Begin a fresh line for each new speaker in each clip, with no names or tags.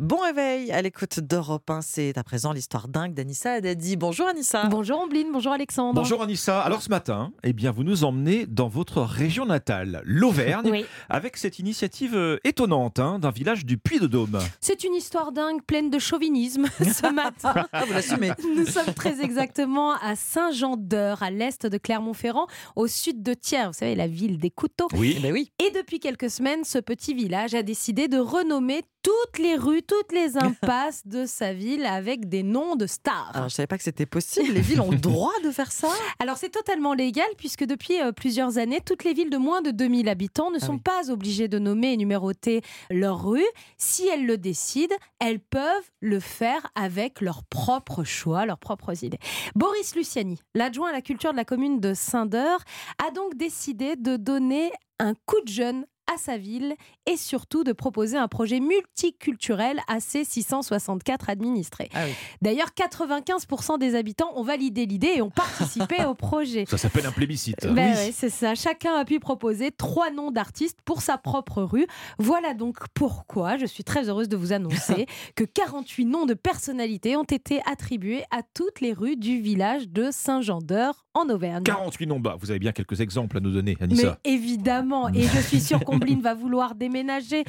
Bon réveil à l'écoute d'Europe 1. C'est à présent l'histoire dingue d'Anissa Haddadi. Bonjour Anissa.
Bonjour Ambline, bonjour Alexandre.
Bonjour Anissa. Alors ce matin, eh bien, vous nous emmenez dans votre région natale, l'Auvergne,
Oui.
avec cette initiative euh, étonnante hein, d'un village du Puy-de-Dôme.
C'est une histoire dingue pleine de chauvinisme ce matin.
Ah, vous l'assumez.
Nous sommes très exactement à Saint-Jean-d'Eure, à l'est de Clermont-Ferrand, au sud de Thiers, vous savez, la ville des couteaux.
Eh ben oui.
Et depuis quelques semaines, ce petit village a décidé de renommer toutes les rues, toutes les impasses de sa ville avec des noms de stars.
Alors, je savais pas que c'était possible. Les villes ont le droit de faire ça.
Alors c'est totalement légal puisque depuis euh, plusieurs années, toutes les villes de moins de 2000 habitants ne sont
oui.
pas obligées de nommer et numéroter leur rue. Si elles le décident, elles peuvent le faire avec leurs propres choix, leurs propres idées. Boris Luciani, l'adjoint à la culture de la commune de Saint-Deur, a donc décidé de donner un coup de jeune à sa ville et surtout de proposer un projet multiculturel à ses 664 administrés.
Ah oui.
D'ailleurs, 95% des habitants ont validé l'idée et ont participé au projet.
Ça s'appelle un plébiscite.
Ben ouais, c'est ça. Chacun a pu proposer trois noms d'artistes pour sa propre rue. Voilà donc pourquoi je suis très heureuse de vous annoncer que 48 noms de personnalités ont été attribués à toutes les rues du village de Saint-Jean-d'Eure en Auvergne.
48 noms bas. Vous avez bien quelques exemples à nous donner,
Mais
Anissa.
évidemment, et je suis sûre qu'Omblin va vouloir déménager.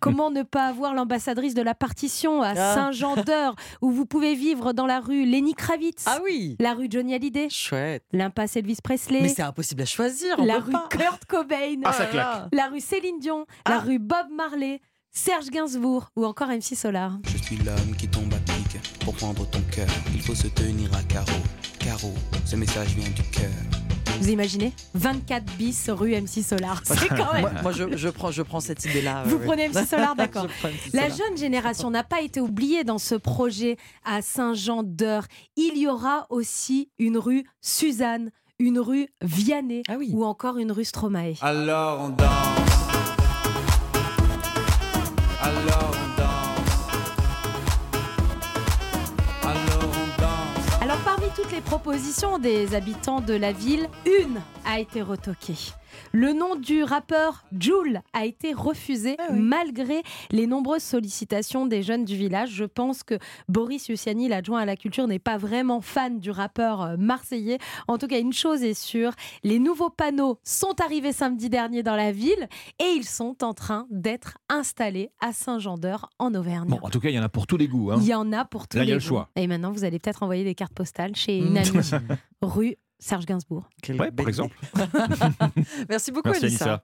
Comment ne pas avoir l'ambassadrice de la partition à
Ah.
Saint-Jean-d'Eure, où vous pouvez vivre dans la rue Lenny Kravitz
Ah oui.
la rue Johnny Hallyday,
Chouette.
l'impasse Elvis
Mais
Presley,
c'est impossible à choisir. on
la
peut
rue
pas.
Kurt Cobain,
Ah, ça claque.
la rue Céline Dion, la
Ah.
rue Bob Marley, Serge Gainsbourg ou encore MC Solar.
Je suis l'homme qui tombe à pic pour prendre ton cœur. Il faut se tenir à carreau. Carreau, ce message vient du cœur.
Vous imaginez 24 bis rue MC Solar. C'est quand même.
Moi, moi, je, je prends, je prends cette idée-là. euh,
Vous
Ah, oui, oui.
prenez MC Solar,
Je
d'accord.
prends MC
La
Solar.
jeune génération n'a pas été oubliée dans ce projet à Saint-Jean-d'Eure. Il y aura aussi une rue Suzanne, une rue Vianney
Ah oui.
ou encore une rue Stromae.
Alors on danse. Alors on danse. Alors on danse.
Alors parmi toutes les propositions des habitants de la ville, une a été retoquée. Le nom du rappeur Joule a été refusé
Ah oui.
malgré les nombreuses sollicitations des jeunes du village. Je pense que Boris Luciani, l'adjoint à la culture, n'est pas vraiment fan du rappeur euh, marseillais. En tout cas, une chose est sûre, les nouveaux panneaux sont arrivés samedi dernier dans la ville et ils sont en train d'être installés à Saint-Jean-d'Eure en Auvergne.
Bon, en tout cas, il y en a pour tous les goûts. hein.
Il y en a pour tous
Là, il
les
y a le
goûts.
choix. Hmm.
Et maintenant, vous allez peut-être envoyer des cartes postales chez
Mm.
une amie rue Serge Gainsbourg.
Quelle
Ouais,
belle
par exemple.
idée. Merci beaucoup,
Merci
Anissa.
Anissa.